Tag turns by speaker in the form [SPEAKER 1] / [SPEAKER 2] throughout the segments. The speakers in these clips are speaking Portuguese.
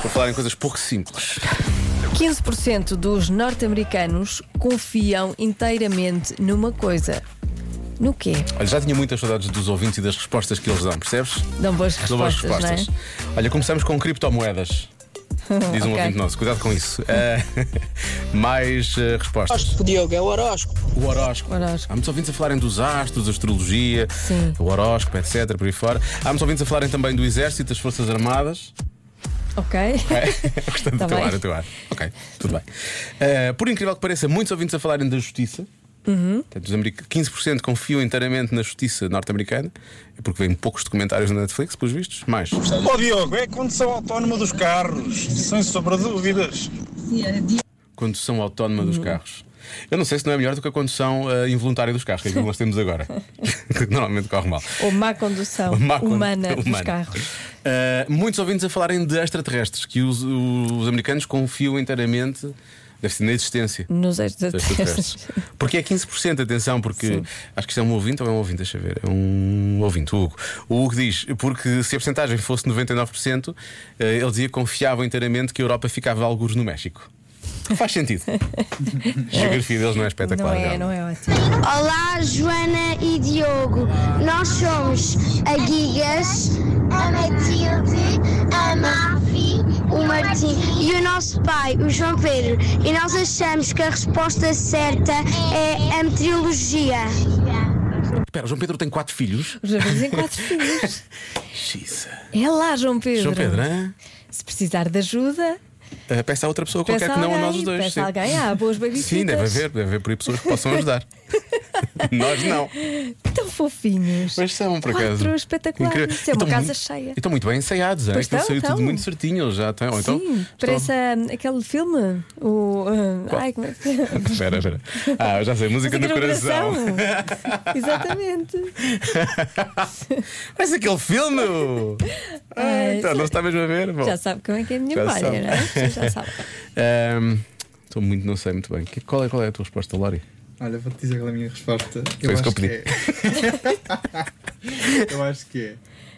[SPEAKER 1] Por falar em coisas pouco simples.
[SPEAKER 2] 15% dos norte-americanos confiam inteiramente numa coisa. No quê?
[SPEAKER 1] Olha, já tinha muitas saudades dos ouvintes e das respostas que eles dão, percebes?
[SPEAKER 2] Dão boas respostas,
[SPEAKER 1] Dão boas
[SPEAKER 2] não é?
[SPEAKER 1] respostas. Olha, começamos com criptomoedas. Diz um
[SPEAKER 2] Ok.
[SPEAKER 1] ouvinte nosso, cuidado com isso. Eh, mais eh, respostas.
[SPEAKER 3] Horóscopo, Diogo, é o horóscopo.
[SPEAKER 1] O horóscopo.
[SPEAKER 2] O horóscopo.
[SPEAKER 1] Há muitos ouvintes a falarem dos astros, astrologia,
[SPEAKER 2] Sim.
[SPEAKER 1] o horóscopo, etc. Por aí fora. Há muitos ouvintes a falarem também do exército, das forças armadas.
[SPEAKER 2] Ok.
[SPEAKER 1] Portanto,
[SPEAKER 2] Tá
[SPEAKER 1] teu
[SPEAKER 2] bem.
[SPEAKER 1] ar, teu ar. Ok, tudo bem. Eh, por incrível que pareça, muitos ouvintes a falarem da justiça.
[SPEAKER 2] Uhum.
[SPEAKER 1] Portanto, os americ- 15% confiam inteiramente na justiça norte-americana, É porque vêm poucos documentários na Netflix, pelos vistos. Mais.
[SPEAKER 4] Ó Diogo, é a condução autónoma dos carros, sem sobre dúvidas.
[SPEAKER 1] Condução autónoma
[SPEAKER 2] Uhum.
[SPEAKER 1] dos carros. Eu não sei se não é melhor do que a condução eh, involuntária dos carros, que é aquilo que nós temos agora. Normalmente corre mal.
[SPEAKER 2] Ou má condução
[SPEAKER 1] É. Má condu-
[SPEAKER 2] humana, dos
[SPEAKER 1] humana.
[SPEAKER 2] carros.
[SPEAKER 1] Eh, muitos ouvintes a falarem de extraterrestres, que os, os americanos confiam inteiramente deve ser, na existência.
[SPEAKER 2] Nos
[SPEAKER 1] extraterrestres.
[SPEAKER 2] extraterrestres.
[SPEAKER 1] Porque é 15%, atenção, porque acho que isto é um ouvinte ou é um ouvinte, deixa eu ver. É um ouvinte, o Hugo. O Hugo diz: porque se a porcentagem fosse 99%, eh, ele dizia que confiava inteiramente que a Europa ficava alguns no México. Faz sentido. A geografia deles não é
[SPEAKER 2] Não
[SPEAKER 1] espetacular.
[SPEAKER 2] é,
[SPEAKER 1] realmente.
[SPEAKER 2] não é ótimo.
[SPEAKER 5] Olá, Joana e Diogo. Nós somos a Guigas, a Matilde, a Mafi, o Martim e o nosso pai, o João Pedro. E nós achamos que a resposta certa é a meteorologia.
[SPEAKER 1] Espera, o João Pedro tem quatro filhos.
[SPEAKER 2] Os jovens têm quatro filhos.
[SPEAKER 1] Xisa.
[SPEAKER 2] É lá, João Pedro.
[SPEAKER 1] João Pedro, hã?
[SPEAKER 2] Se precisar de ajuda,
[SPEAKER 1] Eh, peça a outra pessoa
[SPEAKER 2] peça
[SPEAKER 1] qualquer
[SPEAKER 2] a
[SPEAKER 1] que não
[SPEAKER 2] alguém.
[SPEAKER 1] a nós os dois.
[SPEAKER 2] peça
[SPEAKER 1] sim.
[SPEAKER 2] a alguém. Ah, boas babysitas.
[SPEAKER 1] Sim, deve haver, deve haver por aí pessoas que possam ajudar. Nós não.
[SPEAKER 2] Tão fofinhos.
[SPEAKER 1] Mas são, por acaso.
[SPEAKER 2] Quatro, espetacular.
[SPEAKER 1] Incrível. Então,
[SPEAKER 2] Isso
[SPEAKER 1] E
[SPEAKER 2] é uma
[SPEAKER 1] estão
[SPEAKER 2] casa
[SPEAKER 1] muito-
[SPEAKER 2] cheia.
[SPEAKER 1] E estão muito bem ensaiados, é?
[SPEAKER 2] Pois
[SPEAKER 1] Aquilo
[SPEAKER 2] estão,
[SPEAKER 1] saiu tudo
[SPEAKER 2] estão.
[SPEAKER 1] muito certinho, eles já estão. ou então,
[SPEAKER 2] Sim,
[SPEAKER 1] estão-
[SPEAKER 2] parece ah, aquele filme. O. ah,
[SPEAKER 1] Qual?
[SPEAKER 2] ai, como é que.
[SPEAKER 1] Espera, espera. Ah, eu já sei, música
[SPEAKER 2] Música
[SPEAKER 1] no coração.
[SPEAKER 2] Exatamente.
[SPEAKER 1] Mas aquele filme! Ah,
[SPEAKER 2] Ai,
[SPEAKER 1] então, não se está mesmo a ver? Bom.
[SPEAKER 2] É Já sabe como é que é a minha
[SPEAKER 1] Já
[SPEAKER 2] memória,
[SPEAKER 1] sabe.
[SPEAKER 2] não é? Já sabe.
[SPEAKER 1] Ahm, ehm, Estou muito, não sei muito bem. Que- Qual é, qual é a tua resposta, Lori?
[SPEAKER 6] Olha, vou-te dizer qual é a minha resposta.
[SPEAKER 1] Foi isso que eu
[SPEAKER 6] é. eu acho que é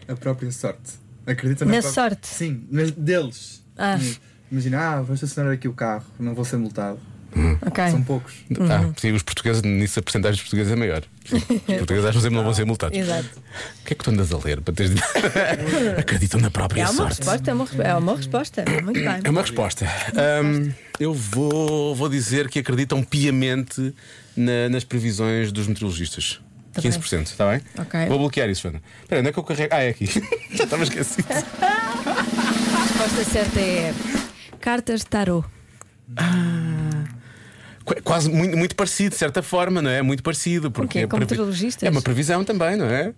[SPEAKER 6] a própria sorte. Acredita
[SPEAKER 2] Na
[SPEAKER 6] própria-
[SPEAKER 2] sorte?
[SPEAKER 6] Sim, mas deles.
[SPEAKER 2] Ah.
[SPEAKER 6] Imagina, ah, vou estacionar aqui o carro, não vou ser multado.
[SPEAKER 2] Ok.
[SPEAKER 6] São poucos.
[SPEAKER 2] Uhum.
[SPEAKER 1] Ah, sim, os portugueses, nisso a porcentagem dos portugueses é maior. Sim, Os portugueses acham sempre não vão ser multados.
[SPEAKER 2] Exato.
[SPEAKER 1] O que é que tu andas a ler para teres de... Acreditam na própria
[SPEAKER 2] É uma
[SPEAKER 1] sorte.
[SPEAKER 2] resposta, é uma, resp- é uma resposta. Muito bem.
[SPEAKER 1] É uma resposta. Ahm, Hum, eu vou, vou dizer que acreditam piamente na- nas previsões dos meteorologistas.
[SPEAKER 2] Tá bem.
[SPEAKER 1] 15%, está bem?
[SPEAKER 2] Ok.
[SPEAKER 1] Vou bloquear isso, Joana. Espera, onde é que eu carrego? Ah, é aqui. Já estava esquecido.
[SPEAKER 2] A resposta certa é cartas de tarô.
[SPEAKER 1] Qu- Quase muito, muito parecido, de certa forma, não é? Muito parecido. Porque
[SPEAKER 2] quê?
[SPEAKER 1] é
[SPEAKER 2] Com
[SPEAKER 1] previ-
[SPEAKER 2] meteorologistas?
[SPEAKER 1] É uma previsão também, não é?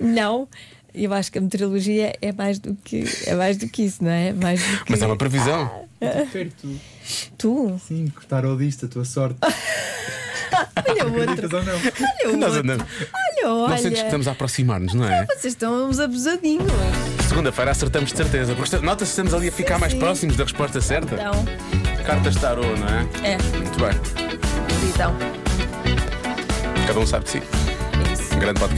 [SPEAKER 2] Não. Eu acho que a meteorologia é mais do que, é mais do que isso, não é? Mais do que
[SPEAKER 1] Mas é uma previsão.
[SPEAKER 2] Ah,
[SPEAKER 6] Perto.
[SPEAKER 2] tu.
[SPEAKER 6] Sim, cortar o disto, a tua sorte.
[SPEAKER 2] Olha o outro.
[SPEAKER 6] Acreditas ou não?
[SPEAKER 2] Olha o
[SPEAKER 1] Nós
[SPEAKER 2] outro.
[SPEAKER 1] andamos.
[SPEAKER 2] Olha, olha.
[SPEAKER 1] Nós sentes que estamos a aproximar-nos, não é?
[SPEAKER 2] Vocês estão uns abusadinhos. é?
[SPEAKER 1] Segunda-feira acertamos de certeza. porque esta- Nota-se que estamos ali a ficar mais
[SPEAKER 2] Sim.
[SPEAKER 1] próximos da resposta certa.
[SPEAKER 2] Então,
[SPEAKER 1] Cartas de tarô, não é?
[SPEAKER 2] é,
[SPEAKER 1] Muito bem.
[SPEAKER 2] então.
[SPEAKER 1] Cada um sabe de si. Um grande podcast.